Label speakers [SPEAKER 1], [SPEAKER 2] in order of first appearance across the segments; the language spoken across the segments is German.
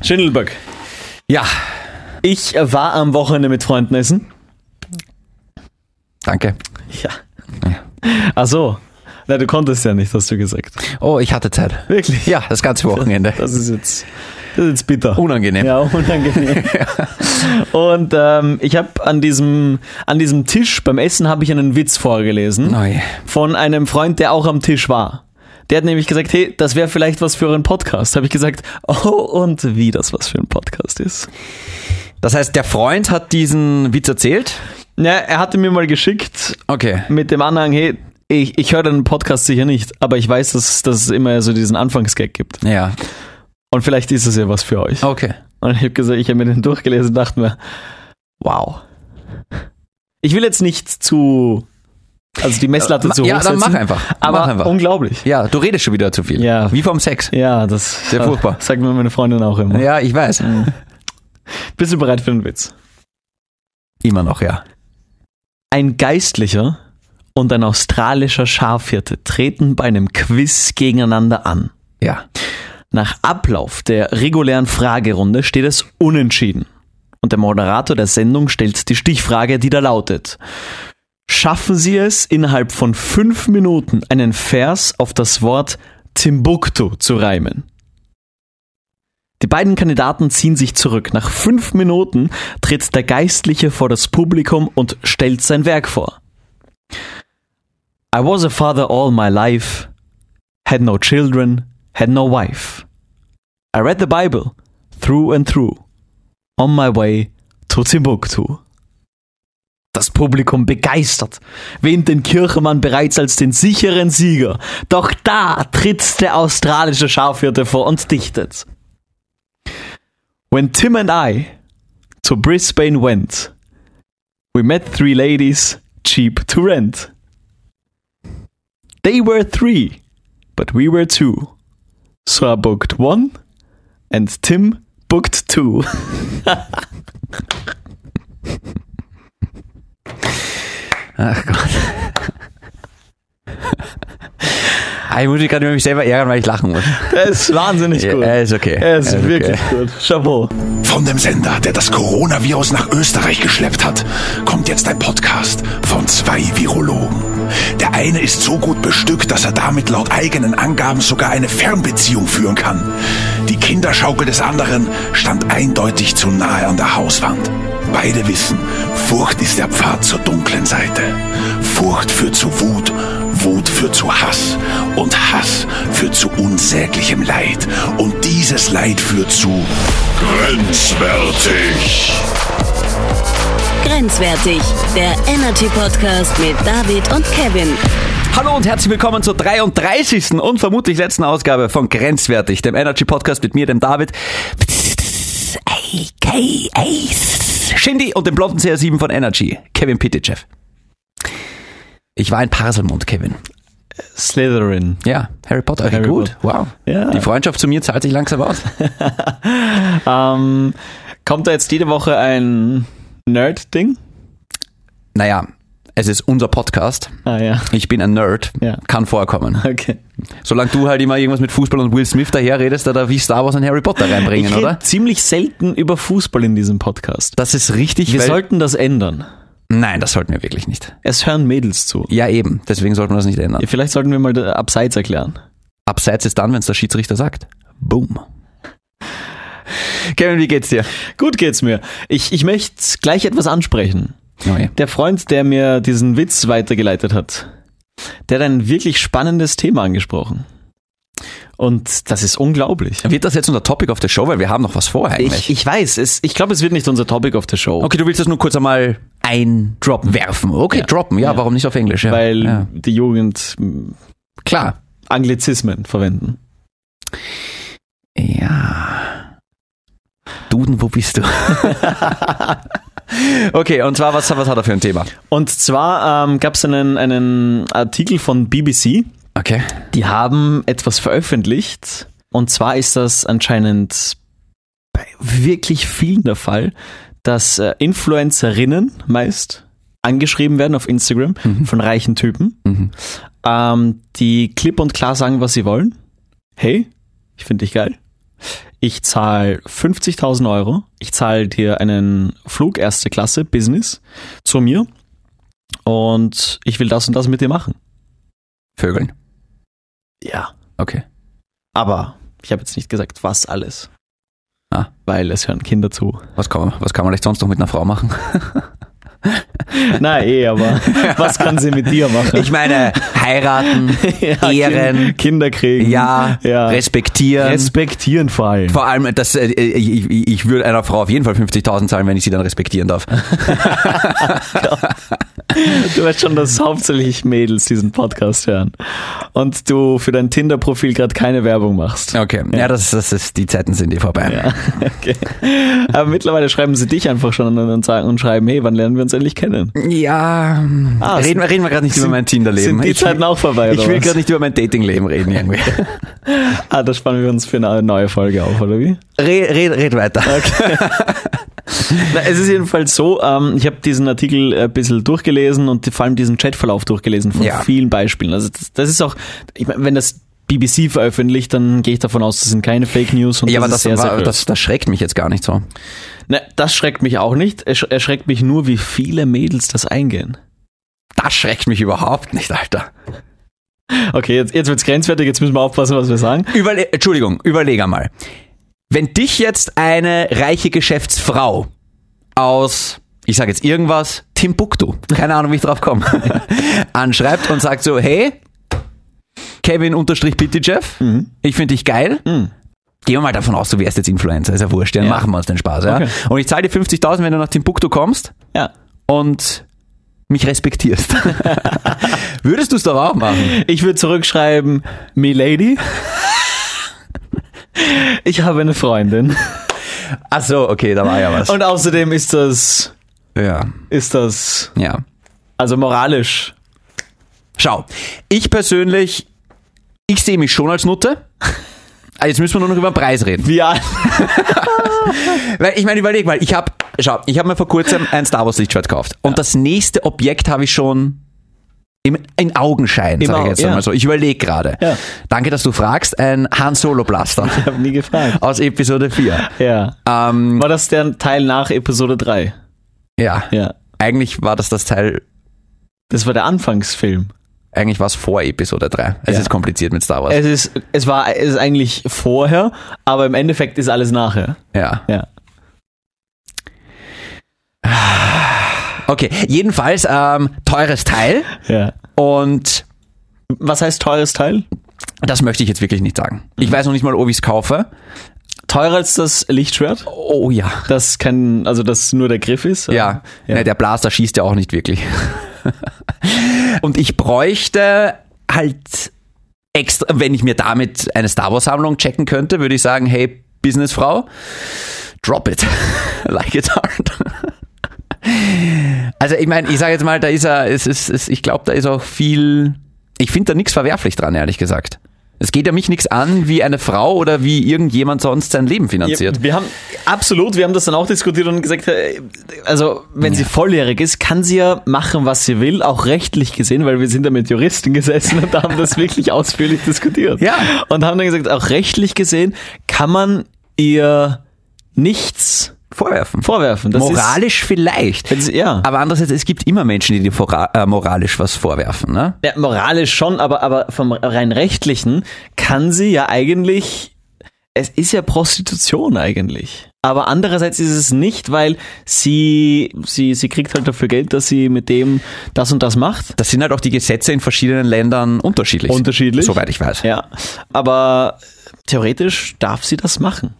[SPEAKER 1] Schindelberg.
[SPEAKER 2] Ja, ich war am Wochenende mit Freunden essen.
[SPEAKER 3] Danke.
[SPEAKER 2] Ja. Ach so. Na, du konntest ja nicht, hast du gesagt.
[SPEAKER 3] Oh, ich hatte Zeit.
[SPEAKER 2] Wirklich?
[SPEAKER 3] Ja, das ganze Wochenende.
[SPEAKER 2] Das ist jetzt, das ist jetzt bitter.
[SPEAKER 3] Unangenehm.
[SPEAKER 2] Ja, unangenehm. Und ähm, ich habe an diesem, an diesem Tisch beim Essen habe ich einen Witz vorgelesen
[SPEAKER 3] Neu.
[SPEAKER 2] von einem Freund, der auch am Tisch war. Der hat nämlich gesagt, hey, das wäre vielleicht was für einen Podcast. Habe ich gesagt, oh, und wie das was für ein Podcast ist.
[SPEAKER 3] Das heißt, der Freund hat diesen Witz erzählt.
[SPEAKER 2] Na, er hatte mir mal geschickt
[SPEAKER 3] Okay.
[SPEAKER 2] mit dem Anhang, hey, ich, ich höre deinen Podcast sicher nicht, aber ich weiß, dass, dass es immer so diesen Anfangsgag gibt.
[SPEAKER 3] Ja.
[SPEAKER 2] Und vielleicht ist es ja was für euch.
[SPEAKER 3] Okay.
[SPEAKER 2] Und ich habe gesagt, ich habe mir den durchgelesen und dachte mir, wow. Ich will jetzt nicht zu, also die Messlatte zu hoch
[SPEAKER 3] ja, dann mach
[SPEAKER 2] setzen,
[SPEAKER 3] einfach.
[SPEAKER 2] aber
[SPEAKER 3] mach einfach.
[SPEAKER 2] unglaublich.
[SPEAKER 3] Ja, du redest schon wieder zu viel.
[SPEAKER 2] Ja.
[SPEAKER 3] Wie vom Sex.
[SPEAKER 2] Ja, das
[SPEAKER 3] Sehr
[SPEAKER 2] äh,
[SPEAKER 3] furchtbar.
[SPEAKER 2] sagt mir meine Freundin auch immer.
[SPEAKER 3] Ja, ich weiß.
[SPEAKER 2] Mhm. Bist du bereit für den Witz?
[SPEAKER 3] Immer noch, ja.
[SPEAKER 2] Ein Geistlicher und ein australischer Schafhirte treten bei einem Quiz gegeneinander an.
[SPEAKER 3] Ja.
[SPEAKER 2] Nach Ablauf der regulären Fragerunde steht es unentschieden. Und der Moderator der Sendung stellt die Stichfrage, die da lautet. Schaffen Sie es, innerhalb von fünf Minuten einen Vers auf das Wort Timbuktu zu reimen? Die beiden Kandidaten ziehen sich zurück. Nach fünf Minuten tritt der Geistliche vor das Publikum und stellt sein Werk vor. I was a father all my life, had no children, had no wife. I read the Bible through and through, on my way to Timbuktu. Das Publikum begeistert, wähnt den Kirchemann bereits als den sicheren Sieger. Doch da tritt der australische Schafhirte vor und dichtet. When Tim and I to Brisbane went, we met three ladies cheap to rent. They were three, but we were two. So I booked one and Tim booked two.
[SPEAKER 3] Ach Gott. Ah, ich muss mich gerade über mich selber ärgern, weil ich lachen muss.
[SPEAKER 2] Er ist wahnsinnig
[SPEAKER 3] Ja,
[SPEAKER 2] gut.
[SPEAKER 3] er ist okay.
[SPEAKER 2] Er ist
[SPEAKER 3] Er ist
[SPEAKER 2] wirklich gut. Chapeau.
[SPEAKER 4] Von dem Sender, der das Coronavirus nach Österreich geschleppt hat, kommt jetzt ein Podcast von zwei Virologen. Der eine ist so gut bestückt, dass er damit laut eigenen Angaben sogar eine Fernbeziehung führen kann. Die Kinderschaukel des anderen stand eindeutig zu nahe an der Hauswand. Beide wissen, Furcht ist der Pfad zur dunklen Seite. Furcht führt zu Wut, Wut führt zu Hass und Hass führt zu unsäglichem Leid und dieses Leid führt zu Grenzwertig.
[SPEAKER 5] Grenzwertig, der Energy Podcast mit David und Kevin.
[SPEAKER 3] Hallo und herzlich willkommen zur 33. und vermutlich letzten Ausgabe von Grenzwertig, dem Energy Podcast mit mir, dem David. A.K.A. Shindy und dem blonden CR7 von Energy, Kevin Pitychev. Ich war in Parselmund, Kevin.
[SPEAKER 2] Slytherin.
[SPEAKER 3] Ja, Harry Potter.
[SPEAKER 2] Harry
[SPEAKER 3] gut, wow.
[SPEAKER 2] Ja.
[SPEAKER 3] Die Freundschaft zu mir zahlt sich langsam aus.
[SPEAKER 2] Ähm, kommt da jetzt jede Woche ein Nerd-Ding?
[SPEAKER 3] Naja, es ist unser Podcast.
[SPEAKER 2] Ah ja.
[SPEAKER 3] Ich bin ein Nerd.
[SPEAKER 2] Ja.
[SPEAKER 3] Kann vorkommen.
[SPEAKER 2] Okay.
[SPEAKER 3] Solange du halt immer irgendwas mit Fußball und Will Smith daherredest, da darf ich Star Wars und Harry Potter reinbringen,
[SPEAKER 2] ich
[SPEAKER 3] oder?
[SPEAKER 2] rede ziemlich selten über Fußball in diesem Podcast.
[SPEAKER 3] Das ist richtig.
[SPEAKER 2] Wir
[SPEAKER 3] weil-
[SPEAKER 2] sollten das ändern.
[SPEAKER 3] Nein, das sollten wir wirklich nicht.
[SPEAKER 2] Es hören Mädels zu.
[SPEAKER 3] Ja, eben. Deswegen sollten wir das nicht ändern.
[SPEAKER 2] Ja, vielleicht sollten wir mal da- abseits erklären.
[SPEAKER 3] Abseits ist dann, wenn es der Schiedsrichter sagt. Boom. Kevin, wie geht's dir?
[SPEAKER 2] Gut geht's mir. Ich, ich möchte gleich etwas ansprechen.
[SPEAKER 3] Oh
[SPEAKER 2] Der Freund, der mir diesen Witz weitergeleitet hat, der hat ein wirklich spannendes Thema angesprochen. Und das ist unglaublich.
[SPEAKER 3] Wird das jetzt unser Topic of the Show? Weil wir haben noch was vor eigentlich.
[SPEAKER 2] Ich, ich weiß, es, ich glaube, es wird nicht unser Topic of the Show.
[SPEAKER 3] okay, du willst das nur kurz einmal eindroppen, werfen. Okay, droppen. Ja, warum nicht auf Englisch? Ja.
[SPEAKER 2] Weil
[SPEAKER 3] ja.
[SPEAKER 2] die Jugend mh,
[SPEAKER 3] Klar.
[SPEAKER 2] Anglizismen verwenden.
[SPEAKER 3] Ja. Duden, wo bist du? okay, und zwar, was, was hat er für ein Thema?
[SPEAKER 2] Und zwar ähm, gab es einen, einen Artikel von BBC,
[SPEAKER 3] Okay.
[SPEAKER 2] Die haben etwas veröffentlicht und zwar ist das anscheinend bei wirklich vielen der Fall, dass äh, Influencerinnen meist angeschrieben werden auf Instagram von reichen Typen,
[SPEAKER 3] Mhm.
[SPEAKER 2] ähm, die klipp und klar sagen, was sie wollen. Hey, ich finde dich geil. ich zahle 50.000 Euro, ich zahle dir einen Flug erste Klasse, Business, zu mir und ich will das und das mit dir machen.
[SPEAKER 3] Vögeln.
[SPEAKER 2] Ja.
[SPEAKER 3] Okay.
[SPEAKER 2] Aber ich habe jetzt nicht gesagt, was alles.
[SPEAKER 3] Ah.
[SPEAKER 2] Weil es hören Kinder zu.
[SPEAKER 3] Was kann man, was kann man vielleicht sonst noch mit einer Frau machen?
[SPEAKER 2] Na eh, aber was kann sie mit dir machen?
[SPEAKER 3] Ich meine, heiraten,
[SPEAKER 2] Ja,
[SPEAKER 3] Ehren.
[SPEAKER 2] Kind- Kinder kriegen.
[SPEAKER 3] ja,
[SPEAKER 2] Ja.
[SPEAKER 3] respektieren.
[SPEAKER 2] Respektieren vor allem.
[SPEAKER 3] vor allem, das, äh, ich, ich, ich würde einer Frau auf jeden Fall 50.000 zahlen, wenn ich sie dann respektieren darf.
[SPEAKER 2] Du weißt schon, dass hauptsächlich Mädels diesen Podcast hören. Und du für dein Tinder-Profil gerade keine Werbung machst.
[SPEAKER 3] Okay, ja, das, das ist, die Zeiten sind eh vorbei.
[SPEAKER 2] Ja, okay. Aber mittlerweile schreiben sie dich einfach schon an und sagen und schreiben, hey, wann lernen wir uns endlich kennen?
[SPEAKER 3] Ja,
[SPEAKER 2] Ah,
[SPEAKER 3] reden, wir- reden wir gerade nicht über mein Tinder-Leben.
[SPEAKER 2] sind die
[SPEAKER 3] Ich-
[SPEAKER 2] Zeiten auch vorbei,
[SPEAKER 3] Ich
[SPEAKER 2] oder
[SPEAKER 3] will
[SPEAKER 2] was?
[SPEAKER 3] gerade nicht über mein Dating-Leben reden irgendwie.
[SPEAKER 2] Ah, das spannen wir uns für eine neue Folge auf, oder wie?
[SPEAKER 3] Red, red, red weiter.
[SPEAKER 2] Na, es ist jedenfalls so, ähm, ich habe diesen Artikel ein bisschen durchgelesen und die- vor allem diesen Chatverlauf durchgelesen von
[SPEAKER 3] Ja.
[SPEAKER 2] vielen Beispielen. Also das, das ist auch, ich mein, wenn das BBC veröffentlicht, dann gehe ich davon aus, das sind keine Fake News und
[SPEAKER 3] Ja,
[SPEAKER 2] das
[SPEAKER 3] aber
[SPEAKER 2] ist
[SPEAKER 3] das,
[SPEAKER 2] sehr, sehr
[SPEAKER 3] war,
[SPEAKER 2] groß.
[SPEAKER 3] das, das schreckt mich jetzt gar nicht so.
[SPEAKER 2] Na, das schreckt mich auch nicht. Es sch- erschreckt mich nur, wie viele Mädels das eingehen.
[SPEAKER 3] Das schreckt mich überhaupt nicht, Alter.
[SPEAKER 2] Okay, jetzt, jetzt wird's grenzwertig, jetzt müssen wir aufpassen, was wir sagen.
[SPEAKER 3] Überle Entschuldigung, überlege mal. Wenn dich jetzt eine reiche Geschäftsfrau aus, ich sage jetzt irgendwas, Timbuktu, keine Ahnung, wie ich drauf komme, anschreibt und sagt so, hey, Kevin unterstrich Jeff, ich finde dich geil. Gehen wir mal davon aus, du wärst jetzt Influencer, ist Mhm. ja wurscht, dann
[SPEAKER 2] Ja.
[SPEAKER 3] machen wir uns den Spaß. Ja?
[SPEAKER 2] Okay.
[SPEAKER 3] Und ich zahle dir 50.000, wenn du nach Timbuktu kommst
[SPEAKER 2] Ja.
[SPEAKER 3] und mich respektierst. Würdest du es doch auch machen?
[SPEAKER 2] Ich würde zurückschreiben, Milady. Ich habe eine Freundin.
[SPEAKER 3] Ach so, okay, da war ja was.
[SPEAKER 2] Und außerdem ist das,
[SPEAKER 3] ja,
[SPEAKER 2] ist das,
[SPEAKER 3] ja.
[SPEAKER 2] also moralisch.
[SPEAKER 3] Schau, ich persönlich, ich sehe mich schon als Nutte. Ah, Jetzt müssen wir nur noch über den Preis reden.
[SPEAKER 2] Wie alle.
[SPEAKER 3] Weil ich meine, überleg mal, ich habe, schau, ich habe mir vor kurzem ein Star Wars Lichtshirt gekauft. Und das nächste Objekt habe ich schon im, in Augenschein,
[SPEAKER 2] Im
[SPEAKER 3] sage ich
[SPEAKER 2] Au-
[SPEAKER 3] jetzt
[SPEAKER 2] ja.
[SPEAKER 3] einmal so. Ich überlege gerade.
[SPEAKER 2] Ja.
[SPEAKER 3] Danke, dass du fragst. Ein Han Solo Blaster
[SPEAKER 2] Ich habe nie gefragt.
[SPEAKER 3] aus Episode 4.
[SPEAKER 2] Ja.
[SPEAKER 3] Ähm,
[SPEAKER 2] War das der Teil nach Episode 3?
[SPEAKER 3] ja,
[SPEAKER 2] Ja.
[SPEAKER 3] eigentlich war das das Teil,
[SPEAKER 2] Das war der Anfangsfilm.
[SPEAKER 3] eigentlich war es vor Episode 3. Es
[SPEAKER 2] Ja.
[SPEAKER 3] ist kompliziert mit Star Wars.
[SPEAKER 2] Es ist, es war, es ist eigentlich vorher, aber im Endeffekt ist alles nachher.
[SPEAKER 3] ja.
[SPEAKER 2] Ja.
[SPEAKER 3] Okay, jedenfalls ähm, teures Teil
[SPEAKER 2] Ja.
[SPEAKER 3] und
[SPEAKER 2] Was heißt teures Teil?
[SPEAKER 3] Das möchte ich jetzt wirklich nicht sagen. Ich weiß noch nicht mal, ob ich es kaufe.
[SPEAKER 2] Teurer als das Lichtschwert,
[SPEAKER 3] Oh ja.
[SPEAKER 2] das kein, also das nur der Griff ist.
[SPEAKER 3] Ja,
[SPEAKER 2] Ja.
[SPEAKER 3] Ne, der Blaster schießt ja auch nicht wirklich. Und ich bräuchte halt extra, wenn ich mir damit eine Star Wars Sammlung checken könnte, würde ich sagen, hey, Businessfrau, drop it. like it's hard. Also ich meine, ich sage jetzt mal, da ist er, es ist, es, ich glaube, da ist auch viel, ich finde da nichts verwerflich dran, ehrlich gesagt. Es geht ja mich nichts an, wie eine Frau oder wie irgendjemand sonst sein Leben finanziert.
[SPEAKER 2] Wir haben absolut, wir haben das dann auch diskutiert und gesagt, äh, also wenn sie volljährig ist, kann sie ja machen, was sie will, auch rechtlich gesehen, weil wir sind da mit Juristen gesessen und haben das wirklich ausführlich diskutiert.
[SPEAKER 3] Ja.
[SPEAKER 2] Und haben dann gesagt, auch rechtlich gesehen kann man ihr nichts
[SPEAKER 3] Vorwerfen.
[SPEAKER 2] vorwerfen. Das
[SPEAKER 3] Moralisch vielleicht.
[SPEAKER 2] Ist, ja.
[SPEAKER 3] Aber andererseits, es gibt immer Menschen, die dir vora- äh, moralisch was vorwerfen. Ne?
[SPEAKER 2] Ja, moralisch schon, aber, aber vom rein rechtlichen kann sie ja eigentlich, es ist ja Prostitution eigentlich. Aber andererseits ist es nicht, weil sie, sie, sie kriegt halt dafür Geld, dass sie mit dem das und das macht.
[SPEAKER 3] Das sind halt auch die Gesetze in verschiedenen Ländern unterschiedlich.
[SPEAKER 2] Unterschiedlich.
[SPEAKER 3] Soweit ich weiß.
[SPEAKER 2] Ja, aber theoretisch darf sie das machen.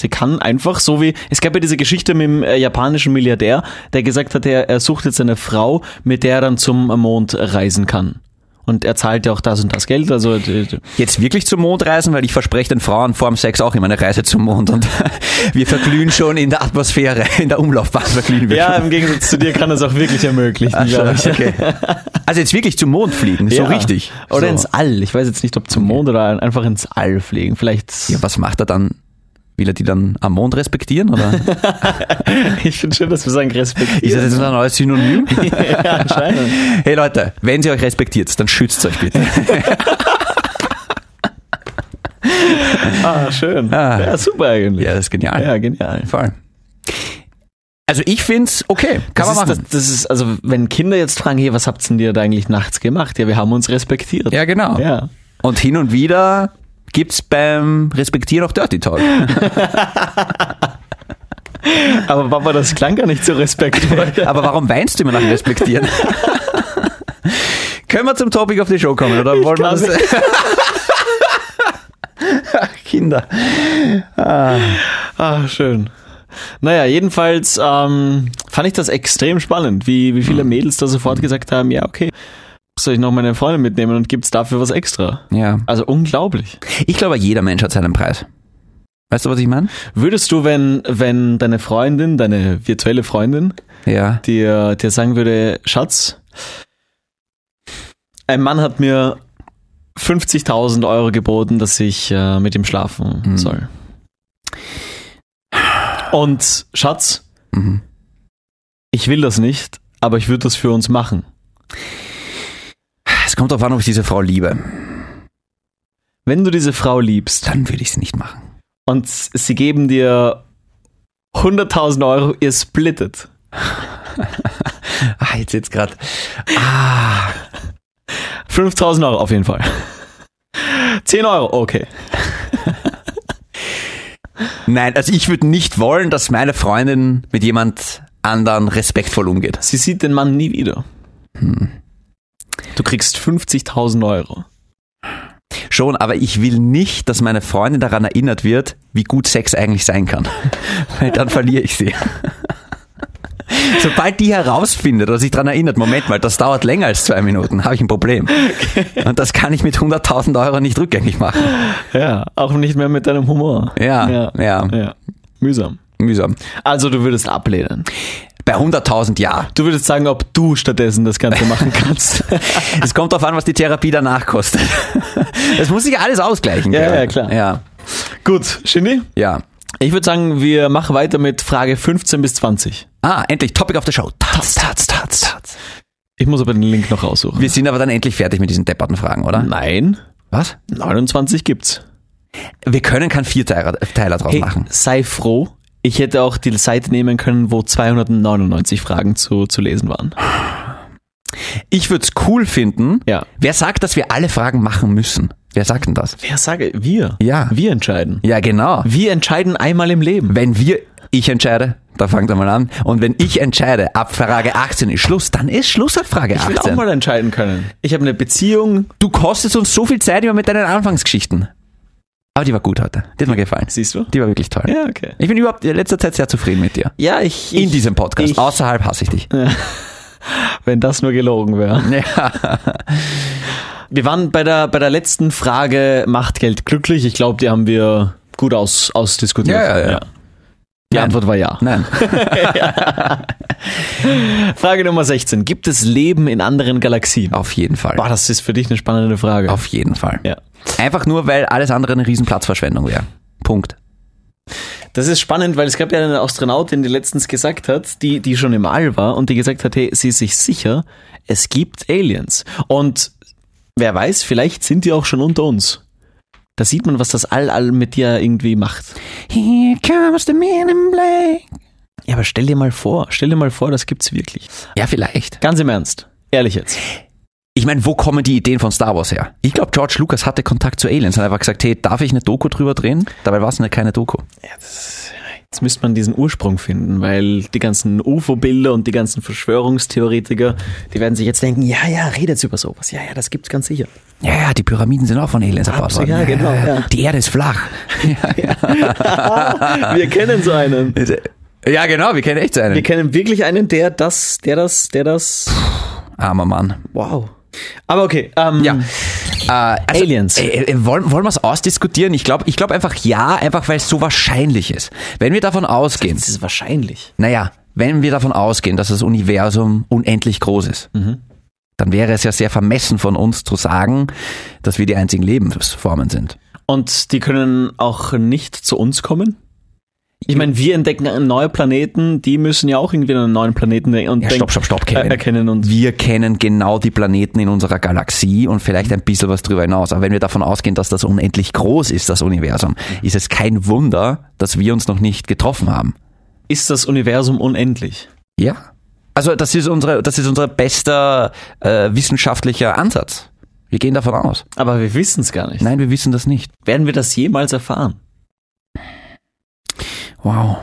[SPEAKER 2] Sie kann einfach so wie, es gab ja diese Geschichte mit dem äh, japanischen Milliardär, der gesagt hat, er, er sucht jetzt eine Frau, mit der er dann zum Mond reisen kann. Und er zahlt ja auch das und das Geld, also äh,
[SPEAKER 3] Jetzt wirklich zum Mond reisen, weil ich verspreche den Frauen vor dem Sex auch immer eine Reise zum Mond und wir verglühen schon in der Atmosphäre, in der Umlaufbahn verglühen wir
[SPEAKER 2] Ja,
[SPEAKER 3] schon.
[SPEAKER 2] im Gegensatz zu dir kann das auch wirklich ermöglichen.
[SPEAKER 3] Ach so,
[SPEAKER 2] glaub ich.
[SPEAKER 3] okay. Also jetzt wirklich zum Mond fliegen, so
[SPEAKER 2] Ja.
[SPEAKER 3] richtig.
[SPEAKER 2] Oder
[SPEAKER 3] so.
[SPEAKER 2] ins All. Ich weiß jetzt nicht, ob zum Mond oder einfach ins All fliegen. Vielleicht.
[SPEAKER 3] Ja, was macht er dann? Will er die dann am Mond respektieren? Oder
[SPEAKER 2] Ich finde schön, dass wir sagen
[SPEAKER 3] ist das
[SPEAKER 2] respektieren.
[SPEAKER 3] jetzt unser neues Synonym?
[SPEAKER 2] ja, anscheinend.
[SPEAKER 3] Hey Leute, wenn sie euch respektiert, dann schützt euch bitte.
[SPEAKER 2] Ah, schön.
[SPEAKER 3] Ah.
[SPEAKER 2] Ja, super eigentlich.
[SPEAKER 3] Ja, das ist genial.
[SPEAKER 2] Ja, genial.
[SPEAKER 3] Voll. Also ich find's okay,
[SPEAKER 2] das
[SPEAKER 3] kann man
[SPEAKER 2] ist,
[SPEAKER 3] machen.
[SPEAKER 2] Das, das ist, also, wenn Kinder jetzt fragen, hey, was habt denn ihr da eigentlich nachts gemacht? Ja, wir haben uns respektiert.
[SPEAKER 3] ja, genau.
[SPEAKER 2] Ja.
[SPEAKER 3] Und hin und wieder gibt's beim Respektieren auch Dirty Talk.
[SPEAKER 2] Aber Papa, das klang gar nicht so respektvoll.
[SPEAKER 3] Aber warum weinst du immer nach dem Respektieren? Können wir zum Topic of the Show kommen oder wollen wir
[SPEAKER 2] kann
[SPEAKER 3] das? Ach, Kinder.
[SPEAKER 2] ah, schön. Naja, jedenfalls ähm, fand ich das extrem spannend, wie, wie viele Mädels da sofort gesagt haben, ja, okay, soll ich noch meine Freundin mitnehmen und gibt's dafür was extra?
[SPEAKER 3] Ja.
[SPEAKER 2] Also unglaublich.
[SPEAKER 3] Ich glaube, jeder Mensch hat seinen Preis. Weißt du, was ich meine?
[SPEAKER 2] Würdest du, wenn, wenn deine Freundin, deine virtuelle Freundin,
[SPEAKER 3] Ja.
[SPEAKER 2] dir, dir sagen würde, Schatz, ein Mann hat mir 50.000 Euro geboten, dass ich äh, mit ihm schlafen
[SPEAKER 3] Mhm.
[SPEAKER 2] soll. Und Schatz,
[SPEAKER 3] Mhm.
[SPEAKER 2] ich will das nicht, aber ich würde das für uns machen.
[SPEAKER 3] Es kommt darauf an, ob ich diese Frau liebe.
[SPEAKER 2] Wenn du diese Frau liebst
[SPEAKER 3] Dann würde ich es nicht machen.
[SPEAKER 2] und s- sie geben dir 100.000 Euro, ihr splittet.
[SPEAKER 3] Ah, jetzt jetzt gerade.
[SPEAKER 2] 5.000 Euro auf jeden Fall. 10 Euro, okay.
[SPEAKER 3] Nein, also ich würde nicht wollen, dass meine Freundin mit jemand anderen respektvoll umgeht.
[SPEAKER 2] Sie sieht den Mann nie wieder.
[SPEAKER 3] Hm.
[SPEAKER 2] Du kriegst 50.000 Euro.
[SPEAKER 3] Schon, aber ich will nicht, dass meine Freundin daran erinnert wird, wie gut Sex eigentlich sein kann. Weil dann verliere ich sie. Sobald die herausfindet oder sich daran erinnert, Moment mal, das dauert länger als zwei Minuten, habe ich ein Problem. Und das kann ich mit 100.000 Euro nicht rückgängig machen.
[SPEAKER 2] Ja, auch nicht mehr mit deinem Humor.
[SPEAKER 3] Ja, ja.
[SPEAKER 2] ja. Mühsam.
[SPEAKER 3] Mühsam.
[SPEAKER 2] Also du würdest ablehnen.
[SPEAKER 3] Bei 100.000 ja.
[SPEAKER 2] Du würdest sagen, ob du stattdessen das Ganze machen kannst.
[SPEAKER 3] Es kommt darauf an, was die Therapie danach kostet. Das muss sich alles ausgleichen.
[SPEAKER 2] Ja,
[SPEAKER 3] gell?
[SPEAKER 2] ja, klar.
[SPEAKER 3] Ja,
[SPEAKER 2] Gut, Shindy?
[SPEAKER 3] ja.
[SPEAKER 2] Ich würde sagen, wir machen weiter mit Frage 15 bis 20.
[SPEAKER 3] Ah, endlich, Topic of the Show. Taz, taz, taz, taz.
[SPEAKER 2] Ich muss aber den Link noch raussuchen.
[SPEAKER 3] Wir sind aber dann endlich fertig mit diesen depperten Fragen, oder?
[SPEAKER 2] Nein,
[SPEAKER 3] Was?
[SPEAKER 2] 29 gibt's.
[SPEAKER 3] Wir können keinen Vierteiler äh, Teiler draus machen.
[SPEAKER 2] sei froh. Ich hätte auch die Seite nehmen können, wo 299 Fragen zu, zu lesen waren.
[SPEAKER 3] Ich würde es cool finden.
[SPEAKER 2] Ja.
[SPEAKER 3] Wer sagt, dass wir alle Fragen machen müssen? Wer sagt denn das?
[SPEAKER 2] Wer sage? Wir.
[SPEAKER 3] Ja.
[SPEAKER 2] Wir entscheiden.
[SPEAKER 3] Ja, genau.
[SPEAKER 2] Wir entscheiden einmal im Leben.
[SPEAKER 3] Wenn wir, ich entscheide, da fangt er mal an. Und wenn ich entscheide, ab Frage 18 ist Schluss, dann ist Schluss ab Frage
[SPEAKER 2] Ich will auch
[SPEAKER 3] 18.
[SPEAKER 2] mal entscheiden können. Ich habe eine Beziehung.
[SPEAKER 3] Du kostest uns so viel Zeit immer mit deinen Anfangsgeschichten. Aber die war gut heute. Die hat mir gefallen.
[SPEAKER 2] Siehst du?
[SPEAKER 3] Die war wirklich toll.
[SPEAKER 2] Ja, okay.
[SPEAKER 3] Ich bin überhaupt in letzter Zeit sehr zufrieden mit dir.
[SPEAKER 2] Ja, ich.
[SPEAKER 3] In diesem Podcast.
[SPEAKER 2] ich-
[SPEAKER 3] Außerhalb hasse ich dich.
[SPEAKER 2] Wenn das nur gelogen wäre.
[SPEAKER 3] Ja.
[SPEAKER 2] Wir waren bei der, bei der letzten Frage, macht Geld glücklich? Ich glaube, die haben wir gut aus, ausdiskutiert.
[SPEAKER 3] Ja, ja, ja.
[SPEAKER 2] Die
[SPEAKER 3] Nein.
[SPEAKER 2] Antwort war ja.
[SPEAKER 3] Nein.
[SPEAKER 2] Frage Nummer 16. Gibt es Leben in anderen Galaxien?
[SPEAKER 3] Auf jeden Fall.
[SPEAKER 2] Boah, das ist für dich eine spannende Frage.
[SPEAKER 3] Auf jeden Fall.
[SPEAKER 2] Ja.
[SPEAKER 3] Einfach nur, weil alles andere eine riesen Platzverschwendung wäre. Punkt.
[SPEAKER 2] Das ist spannend, weil es gab ja eine Astronautin, die letztens gesagt hat, die, die schon im All war und die gesagt hat, hey, sie ist sich sicher, es gibt Aliens. Und wer weiß, vielleicht sind die auch schon unter uns. Da sieht man, was das All, All mit dir irgendwie macht.
[SPEAKER 3] Here comes the man in black.
[SPEAKER 2] Ja, aber stell dir mal vor, stell dir mal vor, das gibt's wirklich.
[SPEAKER 3] Ja, vielleicht.
[SPEAKER 2] Ganz im Ernst. Ehrlich jetzt.
[SPEAKER 3] Ich meine, wo kommen die Ideen von Star Wars her? Ich glaube, George Lucas hatte Kontakt zu Aliens und hat einfach gesagt, hey, darf ich eine Doku drüber drehen? Dabei war es eine keine Doku.
[SPEAKER 2] Jetzt müsste man diesen Ursprung finden, weil die ganzen UFO-Bilder und die ganzen Verschwörungstheoretiker, die werden sich jetzt denken, ja, ja, redet's über sowas. Ja, ja, das gibt's ganz sicher.
[SPEAKER 3] Ja, ja, die Pyramiden sind auch von Aliens erbaut worden.
[SPEAKER 2] Absolut, ja, genau, ja.
[SPEAKER 3] Die Erde ist flach.
[SPEAKER 2] Wir kennen so einen.
[SPEAKER 3] Ja, genau, wir kennen echt so
[SPEAKER 2] Wir
[SPEAKER 3] einen.
[SPEAKER 2] kennen wirklich einen, der das, der das, der das.
[SPEAKER 3] Armer Mann.
[SPEAKER 2] Wow. Aber okay. Ähm,
[SPEAKER 3] Ja. Äh, also,
[SPEAKER 2] Aliens.
[SPEAKER 3] Äh, äh, wollen wollen wir es ausdiskutieren? Ich glaube ich glaub einfach ja, einfach weil es so wahrscheinlich ist. Wenn wir davon ausgehen,
[SPEAKER 2] Das ist wahrscheinlich.
[SPEAKER 3] Naja, wenn wir davon ausgehen, dass das Universum unendlich groß ist, dann wäre es ja sehr vermessen von uns zu sagen, dass wir die einzigen Lebensformen sind.
[SPEAKER 2] Und die können auch nicht zu uns kommen? Ich meine, wir entdecken neue Planeten, die müssen ja auch irgendwie einen neuen Planeten und
[SPEAKER 3] Ja,
[SPEAKER 2] denk-
[SPEAKER 3] stopp, stopp, stopp,
[SPEAKER 2] äh,
[SPEAKER 3] Kevin.
[SPEAKER 2] erkennen und
[SPEAKER 3] wir kennen genau die Planeten in unserer Galaxie und vielleicht ein bisschen was drüber hinaus. Aber wenn wir davon ausgehen, dass das unendlich groß ist, das Universum, ist es kein Wunder, dass wir uns noch nicht getroffen haben.
[SPEAKER 2] ist das Universum unendlich.
[SPEAKER 3] Ja. Also das ist unsere, das ist unser bester äh, wissenschaftlicher Ansatz. Wir gehen davon aus.
[SPEAKER 2] Aber wir wissen es gar nicht.
[SPEAKER 3] Nein, wir wissen das nicht.
[SPEAKER 2] Werden wir das jemals erfahren?
[SPEAKER 3] Wow.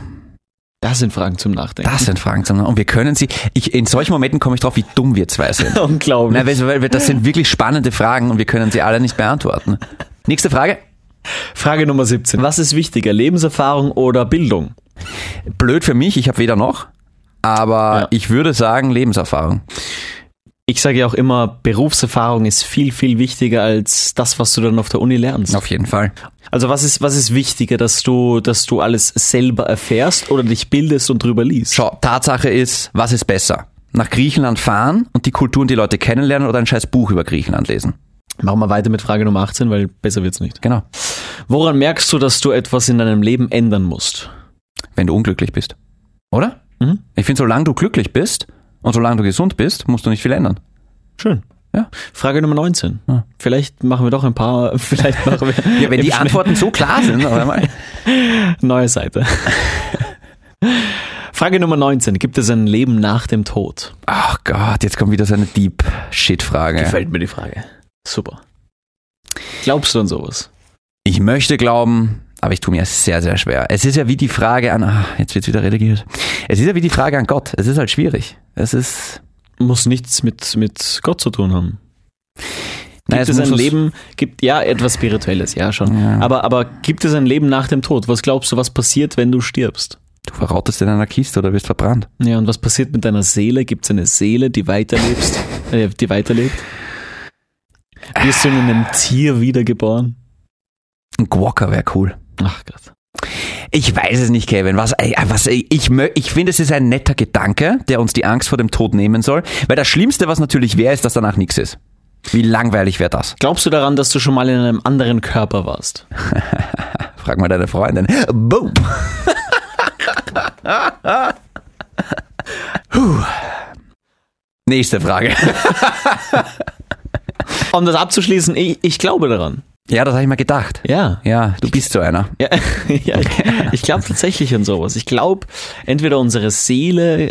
[SPEAKER 2] Das sind Fragen zum Nachdenken.
[SPEAKER 3] Das sind Fragen zum Und wir können sie. Ich, in solchen Momenten komme ich drauf, wie dumm wir zwei sind.
[SPEAKER 2] Unglaublich.
[SPEAKER 3] Nein, weil, weil wir- das sind wirklich spannende Fragen und wir können sie alle nicht beantworten. Nächste Frage.
[SPEAKER 2] Frage Nummer 17. Was ist wichtiger, Lebenserfahrung oder Bildung?
[SPEAKER 3] Blöd für mich, ich habe weder noch, aber
[SPEAKER 2] Ja.
[SPEAKER 3] ich würde sagen Lebenserfahrung.
[SPEAKER 2] Ich sage ja auch immer, Berufserfahrung ist viel, viel wichtiger als das, was du dann auf der Uni lernst.
[SPEAKER 3] Auf jeden Fall.
[SPEAKER 2] Also was ist, was ist wichtiger, dass du, dass du alles selber erfährst oder dich bildest und drüber liest?
[SPEAKER 3] Schau, Tatsache ist, was ist besser? Nach Griechenland fahren und die Kultur und die Leute kennenlernen oder ein scheiß Buch über Griechenland lesen?
[SPEAKER 2] Machen wir weiter mit Frage Nummer 18, weil besser wird's nicht.
[SPEAKER 3] Genau.
[SPEAKER 2] Woran merkst du, dass du etwas in deinem Leben ändern musst?
[SPEAKER 3] Wenn du unglücklich bist. Oder?
[SPEAKER 2] Mhm.
[SPEAKER 3] Ich finde, solange du glücklich bist und solange du gesund bist, musst du nicht viel ändern.
[SPEAKER 2] Schön.
[SPEAKER 3] Ja.
[SPEAKER 2] Frage Nummer 19. Vielleicht machen wir doch ein paar, vielleicht machen wir
[SPEAKER 3] Ja, wenn die Antworten so klar sind, auf einmal.
[SPEAKER 2] neue Seite. Frage Nummer 19. Gibt es ein Leben nach dem Tod?
[SPEAKER 3] Ach Gott, jetzt kommt wieder so eine Deep Shit-Frage.
[SPEAKER 2] Gefällt mir die Frage. Super. Glaubst du an sowas?
[SPEAKER 3] Ich möchte glauben, aber ich tue mir sehr, sehr schwer. Es ist ja wie die Frage an, ah, jetzt wird's wieder religiös. Es ist ja wie die Frage an Gott. Es ist halt schwierig. Es ist,
[SPEAKER 2] Muss nichts mit, mit Gott zu tun haben.
[SPEAKER 3] Nein,
[SPEAKER 2] Gibt es
[SPEAKER 3] muss
[SPEAKER 2] ein
[SPEAKER 3] was-
[SPEAKER 2] Leben, gibt ja etwas Spirituelles, ja schon. Aber, aber gibt es ein Leben nach dem Tod? Was glaubst du, was passiert, wenn du stirbst?
[SPEAKER 3] Du verrautest in einer Kiste oder wirst verbrannt.
[SPEAKER 2] Ja, und was passiert mit deiner Seele? Gibt es eine Seele, die weiterlebst, äh, die weiterlebt? Wirst du in einem Tier wiedergeboren?
[SPEAKER 3] Ein Guacker wäre cool.
[SPEAKER 2] Ach Gott.
[SPEAKER 3] Ich weiß es nicht, Kevin. Was, ey, was, ey, ich, mö- ich finde, es ist ein netter Gedanke, der uns die Angst vor dem Tod nehmen soll. Weil das Schlimmste, was natürlich wäre, ist, dass danach nichts ist. Wie langweilig wäre das?
[SPEAKER 2] Glaubst du daran, dass du schon mal in einem anderen Körper warst?
[SPEAKER 3] Frag mal deine Freundin. Boom. Puh. Nächste Frage.
[SPEAKER 2] Um das abzuschließen, ich, ich glaube daran.
[SPEAKER 3] Ja, das habe ich mir gedacht.
[SPEAKER 2] Ja.
[SPEAKER 3] Ja, du bist so einer.
[SPEAKER 2] Ja, ja ich, ich glaube tatsächlich an sowas. Ich glaube, entweder unsere Seele,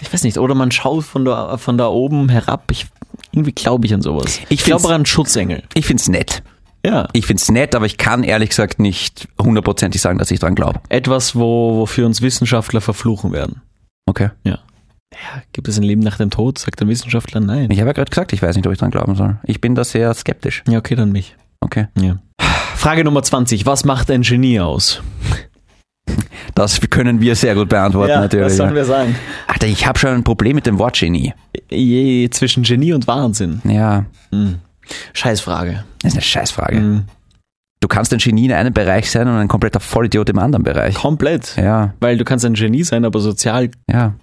[SPEAKER 2] ich weiß nicht, oder man schaut von da, von da oben herab. Ich, irgendwie glaube ich an sowas. Ich
[SPEAKER 3] find's-
[SPEAKER 2] glaube an Schutzengel.
[SPEAKER 3] Ich find's nett.
[SPEAKER 2] Ja.
[SPEAKER 3] Ich find's nett, aber ich kann ehrlich gesagt nicht hundertprozentig sagen, dass ich dran glaube.
[SPEAKER 2] Etwas, wo, wofür uns Wissenschaftler verfluchen werden.
[SPEAKER 3] Okay.
[SPEAKER 2] Ja, gibt es ein Leben nach dem Tod? Sagt ein Wissenschaftler nein.
[SPEAKER 3] Ich habe ja gerade gesagt, ich weiß nicht, ob ich dran glauben soll. Ich bin da sehr skeptisch.
[SPEAKER 2] Ja, okay, dann mich.
[SPEAKER 3] Okay.
[SPEAKER 2] Ja. Frage Nummer 20. Was macht ein Genie aus?
[SPEAKER 3] Das können wir sehr gut beantworten, natürlich. ja.
[SPEAKER 2] wir sagen?
[SPEAKER 3] Alter, ich habe schon ein Problem mit dem Wort Genie.
[SPEAKER 2] Je, zwischen Genie und Wahnsinn.
[SPEAKER 3] Ja,
[SPEAKER 2] Hm. Scheißfrage.
[SPEAKER 3] das ist eine Scheißfrage.
[SPEAKER 2] Hm.
[SPEAKER 3] Du kannst ein Genie in einem Bereich sein und ein kompletter Vollidiot im anderen Bereich.
[SPEAKER 2] Komplett.
[SPEAKER 3] Ja,
[SPEAKER 2] Weil du kannst ein Genie sein, aber sozial.
[SPEAKER 3] ja.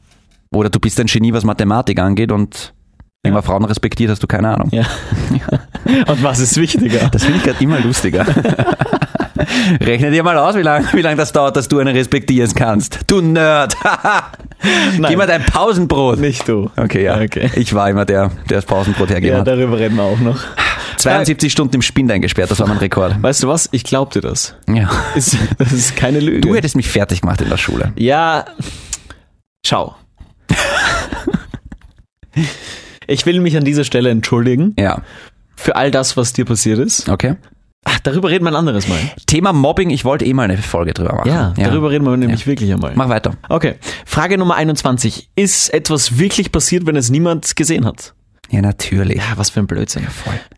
[SPEAKER 3] Oder du bist ein Genie, was Mathematik angeht und immer Frauen respektiert, hast du keine Ahnung.
[SPEAKER 2] Ja. Und was ist wichtiger?
[SPEAKER 3] Das finde ich gerade immer lustiger. Rechne dir mal aus, wie lange wie lang das dauert, dass du eine respektieren kannst. Du Nerd. Gib mir dein Pausenbrot.
[SPEAKER 2] nicht du.
[SPEAKER 3] Okay, ja.
[SPEAKER 2] Okay.
[SPEAKER 3] Ich war immer der, der das Pausenbrot
[SPEAKER 2] Ja,
[SPEAKER 3] hergegeben hat.
[SPEAKER 2] darüber reden wir auch noch.
[SPEAKER 3] 72 Stunden im Spind eingesperrt, das war mein Rekord.
[SPEAKER 2] Weißt du was? Ich glaub dir das.
[SPEAKER 3] Ja.
[SPEAKER 2] Ist, das ist keine Lüge.
[SPEAKER 3] Du hättest mich fertig gemacht in der Schule.
[SPEAKER 2] Ja. Ciao. Ich will mich an dieser Stelle entschuldigen
[SPEAKER 3] Ja.
[SPEAKER 2] für all das, was dir passiert ist.
[SPEAKER 3] Okay.
[SPEAKER 2] Ach, darüber reden wir ein anderes Mal.
[SPEAKER 3] Thema Mobbing, ich wollte eh mal eine Folge drüber machen.
[SPEAKER 2] Ja, darüber reden wir nämlich wirklich einmal.
[SPEAKER 3] Mach weiter.
[SPEAKER 2] Okay, Frage Nummer 21. Ist etwas wirklich passiert, wenn es niemand gesehen hat?
[SPEAKER 3] Ja, natürlich.
[SPEAKER 2] Ja, Ah, was für ein Blödsinn.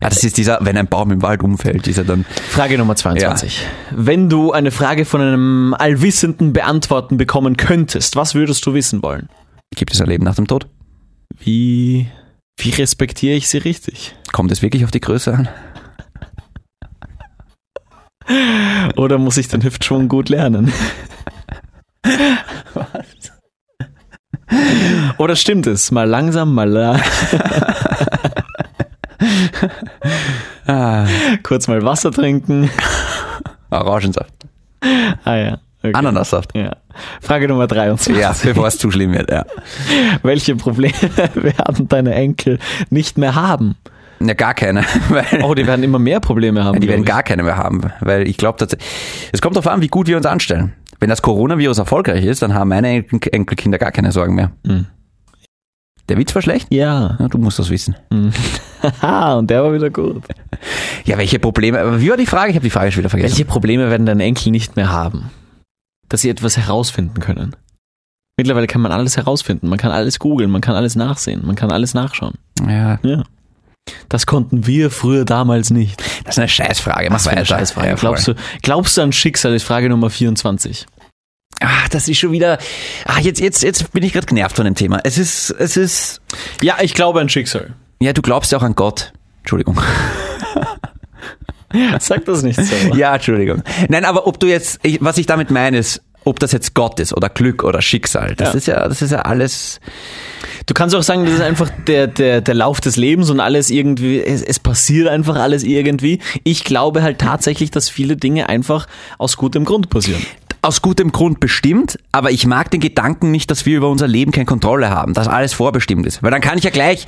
[SPEAKER 3] Ja, das ist dieser, wenn ein Baum im Wald umfällt, dieser dann.
[SPEAKER 2] Frage Nummer 22. Wenn du eine Frage von einem Allwissenden beantworten bekommen könntest, was würdest du wissen wollen?
[SPEAKER 3] Gibt es ein Leben nach dem Tod?
[SPEAKER 2] Wie, wie respektiere ich sie richtig?
[SPEAKER 3] Kommt es wirklich auf die Größe an?
[SPEAKER 2] Oder muss ich den Hüftschwung gut lernen? Oder stimmt es? Mal langsam, mal la
[SPEAKER 3] Ah,
[SPEAKER 2] kurz mal Wasser trinken.
[SPEAKER 3] Orangensaft.
[SPEAKER 2] Ah ja, Okay.
[SPEAKER 3] Ananassaft.
[SPEAKER 2] Ja. Frage Nummer 23.
[SPEAKER 3] Ja, bevor es zu schlimm wird, ja.
[SPEAKER 2] Welche Probleme werden deine Enkel nicht mehr haben?
[SPEAKER 3] Ja, gar keine. Weil
[SPEAKER 2] Oh, die werden immer mehr Probleme haben.
[SPEAKER 3] die werden
[SPEAKER 2] glaub
[SPEAKER 3] gar keine mehr haben. Weil ich glaube tatsächlich. Es kommt darauf an, wie gut wir uns anstellen. Wenn das Coronavirus erfolgreich ist, dann haben meine Enkel Enkelkinder gar keine Sorgen mehr.
[SPEAKER 2] Hm.
[SPEAKER 3] Der Witz war schlecht?
[SPEAKER 2] ich. Ja.
[SPEAKER 3] Ja, du musst das wissen.
[SPEAKER 2] Haha, und der war wieder gut.
[SPEAKER 3] Ja, welche Probleme? Aber Wie war die Frage? Ich habe die Frage schon wieder vergessen.
[SPEAKER 2] Welche Probleme werden deine Enkel nicht mehr haben? Dass sie etwas herausfinden können. Mittlerweile kann man alles herausfinden. Man kann alles googeln, man kann alles nachsehen, man kann alles nachschauen.
[SPEAKER 3] Ja,
[SPEAKER 2] Ja. Das konnten wir früher damals nicht.
[SPEAKER 3] das ist eine Scheißfrage. Mach weiter. Ja, voll.
[SPEAKER 2] glaubst, du, glaubst du an Schicksal? Ist Frage Nummer 24.
[SPEAKER 3] Ah, das ist schon wieder. Ah, jetzt, jetzt, jetzt bin ich gerade genervt von dem Thema. Es ist, es ist.
[SPEAKER 2] Ja, ich glaube an Schicksal.
[SPEAKER 3] Ja, du glaubst ja auch an Gott. Entschuldigung.
[SPEAKER 2] Sag das nicht so.
[SPEAKER 3] Ja, Entschuldigung. Nein, aber ob du jetzt, ich- was ich damit meine ist, ob das jetzt Gott ist oder Glück oder Schicksal, das
[SPEAKER 2] Ja.
[SPEAKER 3] ist ja, das ist ja alles.
[SPEAKER 2] Du kannst auch sagen, das ist einfach der, der, der Lauf des Lebens und alles irgendwie, es, es passiert einfach alles irgendwie. Ich glaube halt tatsächlich, dass viele Dinge einfach aus gutem Grund passieren.
[SPEAKER 3] Aus gutem Grund bestimmt, aber ich mag den Gedanken nicht, dass wir über unser Leben keine Kontrolle haben, dass alles vorbestimmt ist. Weil dann kann ich ja gleich,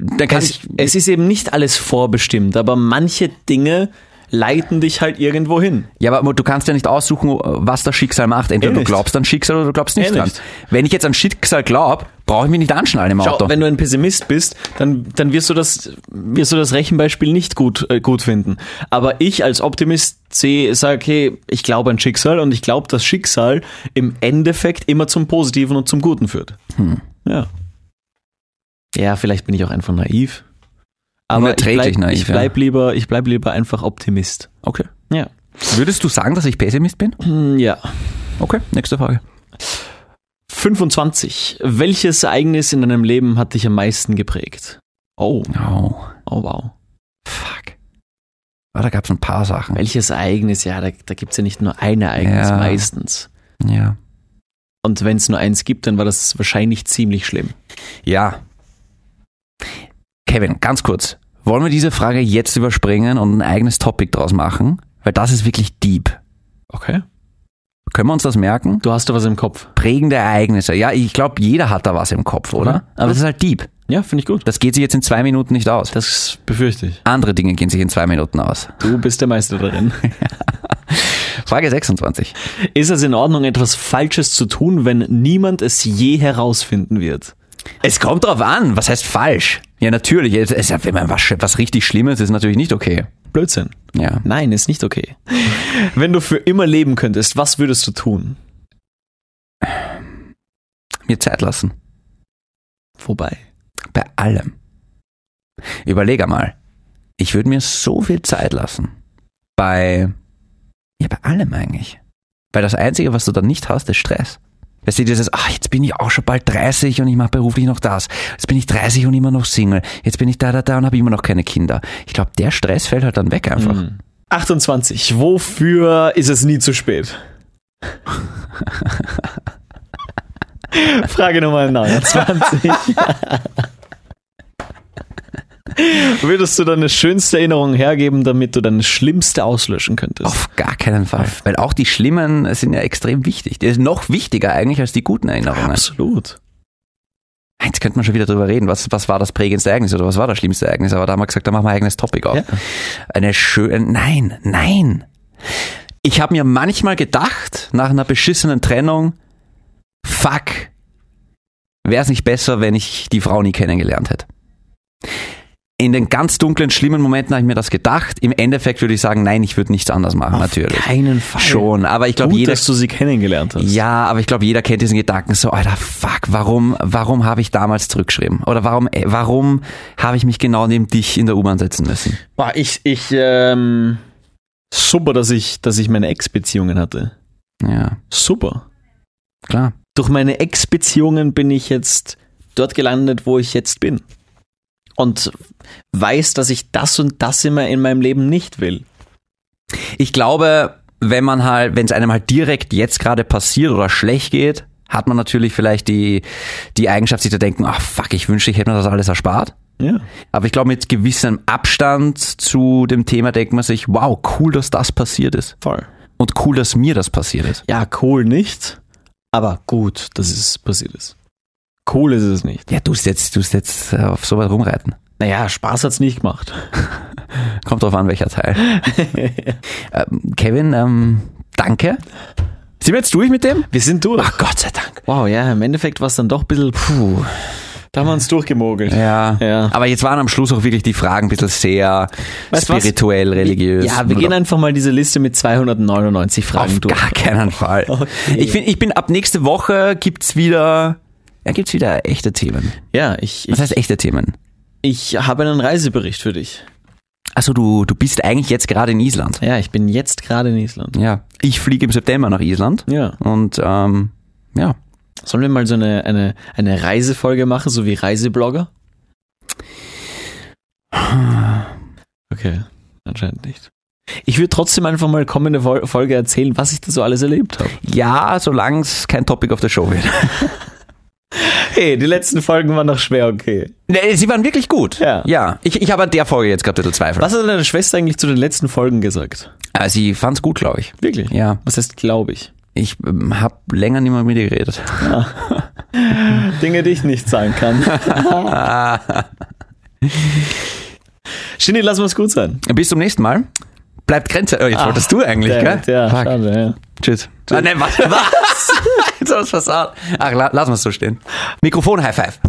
[SPEAKER 3] dann kann
[SPEAKER 2] Es,
[SPEAKER 3] Also ich,
[SPEAKER 2] es ist eben nicht alles vorbestimmt, aber manche Dinge leiten dich halt irgendwo hin.
[SPEAKER 3] ja, aber du kannst ja nicht aussuchen, was das Schicksal macht. Entweder
[SPEAKER 2] Eh
[SPEAKER 3] du
[SPEAKER 2] nicht.
[SPEAKER 3] glaubst an Schicksal oder du glaubst nicht
[SPEAKER 2] Eh
[SPEAKER 3] dran.
[SPEAKER 2] nicht.
[SPEAKER 3] Wenn ich jetzt an Schicksal glaube, brauche ich mich nicht anschnallen im
[SPEAKER 2] Schau,
[SPEAKER 3] Auto.
[SPEAKER 2] wenn du ein Pessimist bist, dann, dann wirst, du das, wirst du das Rechenbeispiel nicht gut, äh, gut finden. Aber ich als Optimist sehe, sage, hey, ich glaube an Schicksal und ich glaube, dass Schicksal im Endeffekt immer zum Positiven und zum Guten führt.
[SPEAKER 3] Hm.
[SPEAKER 2] Ja. Ja, vielleicht bin ich auch einfach naiv. Aber ich
[SPEAKER 3] Unerträglich
[SPEAKER 2] bleib,
[SPEAKER 3] naiv,
[SPEAKER 2] ich bleib lieber, ich bleib lieber einfach Optimist.
[SPEAKER 3] okay.
[SPEAKER 2] Ja.
[SPEAKER 3] Würdest du sagen, dass ich Pessimist bin?
[SPEAKER 2] Hm, Ja.
[SPEAKER 3] Okay, nächste Frage.
[SPEAKER 2] 25. Welches Ereignis in deinem Leben hat dich am meisten geprägt? Oh,
[SPEAKER 3] Oh,
[SPEAKER 2] oh wow.
[SPEAKER 3] fuck. Ah, da gab es ein paar Sachen.
[SPEAKER 2] Welches Ereignis? Ja, da, da gibt es ja nicht nur ein Ereignis
[SPEAKER 3] Ja.
[SPEAKER 2] meistens.
[SPEAKER 3] Ja.
[SPEAKER 2] Und wenn es nur eins gibt, dann war das wahrscheinlich ziemlich schlimm.
[SPEAKER 3] Ja. Kevin, ganz kurz. Wollen wir diese Frage jetzt überspringen und ein eigenes Topic draus machen? Weil das ist wirklich deep.
[SPEAKER 2] Okay.
[SPEAKER 3] Können wir uns das merken?
[SPEAKER 2] Du hast da was im Kopf.
[SPEAKER 3] Prägende Ereignisse. Ja, ich glaube, jeder hat da was im Kopf, oder?
[SPEAKER 2] Mhm.
[SPEAKER 3] Aber es ist halt deep.
[SPEAKER 2] Ja, finde ich gut.
[SPEAKER 3] Das geht sich jetzt in zwei Minuten nicht aus.
[SPEAKER 2] Das befürchte ich.
[SPEAKER 3] Andere Dinge gehen sich in zwei Minuten aus.
[SPEAKER 2] Du bist der Meister darin.
[SPEAKER 3] Frage 26.
[SPEAKER 2] Ist es in Ordnung, etwas Falsches zu tun, wenn niemand es je herausfinden wird?
[SPEAKER 3] Es kommt drauf an. Was heißt falsch? Ja, natürlich. Es, es, wenn man was, was richtig Schlimmes ist, natürlich nicht okay.
[SPEAKER 2] Blödsinn.
[SPEAKER 3] Ja.
[SPEAKER 2] Nein, ist nicht okay. Wenn du für immer leben könntest, was würdest du tun?
[SPEAKER 3] Mir Zeit lassen.
[SPEAKER 2] Wobei.
[SPEAKER 3] Bei allem. Überleg einmal. Ich würde mir so viel Zeit lassen. Bei, ja, bei allem eigentlich. Weil das Einzige, was du dann nicht hast, ist Stress. Weißt du, dieses, ach, jetzt bin ich auch schon bald 30 und ich mache beruflich noch das. Jetzt bin ich 30 und immer noch Single. Jetzt bin ich da, da, da und habe immer noch keine Kinder. Ich glaube, der Stress fällt halt dann weg einfach.
[SPEAKER 2] 28. Wofür ist es nie zu spät? Frage Nummer 29. Würdest du deine schönste Erinnerung hergeben, damit du deine schlimmste auslöschen könntest?
[SPEAKER 3] Auf gar keinen Fall. Weil auch die Schlimmen sind ja extrem wichtig. Die sind noch wichtiger eigentlich als die guten Erinnerungen.
[SPEAKER 2] Absolut.
[SPEAKER 3] Jetzt könnte man schon wieder drüber reden, was, was war das prägendste Ereignis oder was war das schlimmste Ereignis, aber da haben wir gesagt, da machen wir ein eigenes Topic auf.
[SPEAKER 2] Ja.
[SPEAKER 3] Eine schöne, nein, nein. Ich habe mir manchmal gedacht, nach einer beschissenen Trennung, fuck, wäre es nicht besser, wenn ich die Frau nie kennengelernt hätte. In den ganz dunklen, schlimmen Momenten habe ich mir das gedacht. Im Endeffekt würde ich sagen, nein, ich würde nichts anders machen, natürlich.
[SPEAKER 2] keinen Fall.
[SPEAKER 3] Schon, aber ich
[SPEAKER 2] Gut,
[SPEAKER 3] glaube, jeder
[SPEAKER 2] dass du sie kennengelernt hast.
[SPEAKER 3] ja, aber ich glaube, jeder kennt diesen Gedanken so, alter fuck, warum, warum habe ich damals zurückgeschrieben? Oder warum, äh, warum habe ich mich genau neben dich in der U-Bahn setzen müssen?
[SPEAKER 2] Boah, ich, ich, ähm, super, dass ich, dass ich meine Ex-Beziehungen hatte.
[SPEAKER 3] Ja,
[SPEAKER 2] Super.
[SPEAKER 3] klar.
[SPEAKER 2] durch meine Ex-Beziehungen bin ich jetzt dort gelandet, wo ich jetzt bin. Und weiß, dass ich das und das immer in meinem Leben nicht will.
[SPEAKER 3] Ich glaube, wenn man halt, wenn es einem halt direkt jetzt gerade passiert oder schlecht geht, hat man natürlich vielleicht die, die Eigenschaft, sich zu denken, ach fuck, ich wünschte, ich hätte mir das alles erspart.
[SPEAKER 2] Ja.
[SPEAKER 3] Aber ich glaube, mit gewissem Abstand zu dem Thema denkt man sich, wow, cool, dass das passiert ist.
[SPEAKER 2] Voll.
[SPEAKER 3] und cool, dass mir das passiert ist.
[SPEAKER 2] Ja, Kohl nicht, aber gut, dass es passiert ist. Kohl ist es nicht.
[SPEAKER 3] Ja, du bist jetzt, du bist jetzt äh, auf so weit rumreiten.
[SPEAKER 2] Naja, Spaß hat's nicht gemacht.
[SPEAKER 3] Kommt drauf an, welcher Teil. ähm, Kevin, ähm, danke. Sind wir jetzt durch mit dem?
[SPEAKER 2] Wir sind durch.
[SPEAKER 3] Ach, Gott sei Dank.
[SPEAKER 2] Wow, ja, im Endeffekt war es dann doch ein bisschen, puh, da haben wir uns durchgemogelt.
[SPEAKER 3] Ja.
[SPEAKER 2] Ja.
[SPEAKER 3] Aber jetzt waren am Schluss auch wirklich die Fragen ein bisschen sehr
[SPEAKER 2] Weißt du was?
[SPEAKER 3] spirituell, religiös.
[SPEAKER 2] Ja, wir gehen einfach mal diese Liste mit 299 Fragen
[SPEAKER 3] auf
[SPEAKER 2] durch.
[SPEAKER 3] gar keinen Fall.
[SPEAKER 2] Okay.
[SPEAKER 3] Ich, find, ich bin ab nächste Woche gibt's wieder, ja, gibt's wieder echte Themen.
[SPEAKER 2] Ja, ich,
[SPEAKER 3] Was
[SPEAKER 2] ich,
[SPEAKER 3] heißt echte Themen?
[SPEAKER 2] ich habe einen Reisebericht für dich.
[SPEAKER 3] Also du, du bist eigentlich jetzt gerade in Island.
[SPEAKER 2] Ja, ich bin jetzt gerade in Island.
[SPEAKER 3] Ja. Ich fliege im September nach Island.
[SPEAKER 2] Ja.
[SPEAKER 3] Und ähm, ja.
[SPEAKER 2] Sollen wir mal so eine, eine, eine Reisefolge machen, so wie Reiseblogger? Okay, anscheinend nicht. Ich würde trotzdem einfach mal kommende Vol- Folge erzählen, was ich da so alles erlebt habe.
[SPEAKER 3] Ja, solange es kein Topic of the Show wird.
[SPEAKER 2] Hey, die letzten Folgen waren noch schwer, okay.
[SPEAKER 3] Nee, Sie waren wirklich gut.
[SPEAKER 2] Ja.
[SPEAKER 3] ja. Ich, ich habe an der Folge jetzt gerade ein bisschen Zweifel.
[SPEAKER 2] Was hat deine Schwester eigentlich zu den letzten Folgen gesagt?
[SPEAKER 3] Ah, Sie fand's gut, glaube ich.
[SPEAKER 2] Wirklich?
[SPEAKER 3] Ja.
[SPEAKER 2] Was heißt, glaube ich?
[SPEAKER 3] Ich ähm, habe länger nicht mehr mit ihr geredet.
[SPEAKER 2] Dinge, die ich nicht sagen kann. Shindy, lass uns gut sein.
[SPEAKER 3] Bis zum nächsten Mal. Bleibt Grenze. Oh, jetzt wolltest du eigentlich, gell?
[SPEAKER 2] Damn it, Ja,
[SPEAKER 3] Fuck.
[SPEAKER 2] schade, ja.
[SPEAKER 3] Tschüss. Ah, nee, was? was? jetzt haben wir's versagt. Ach, la lassen wir's so stehen. Mikrofon High Five.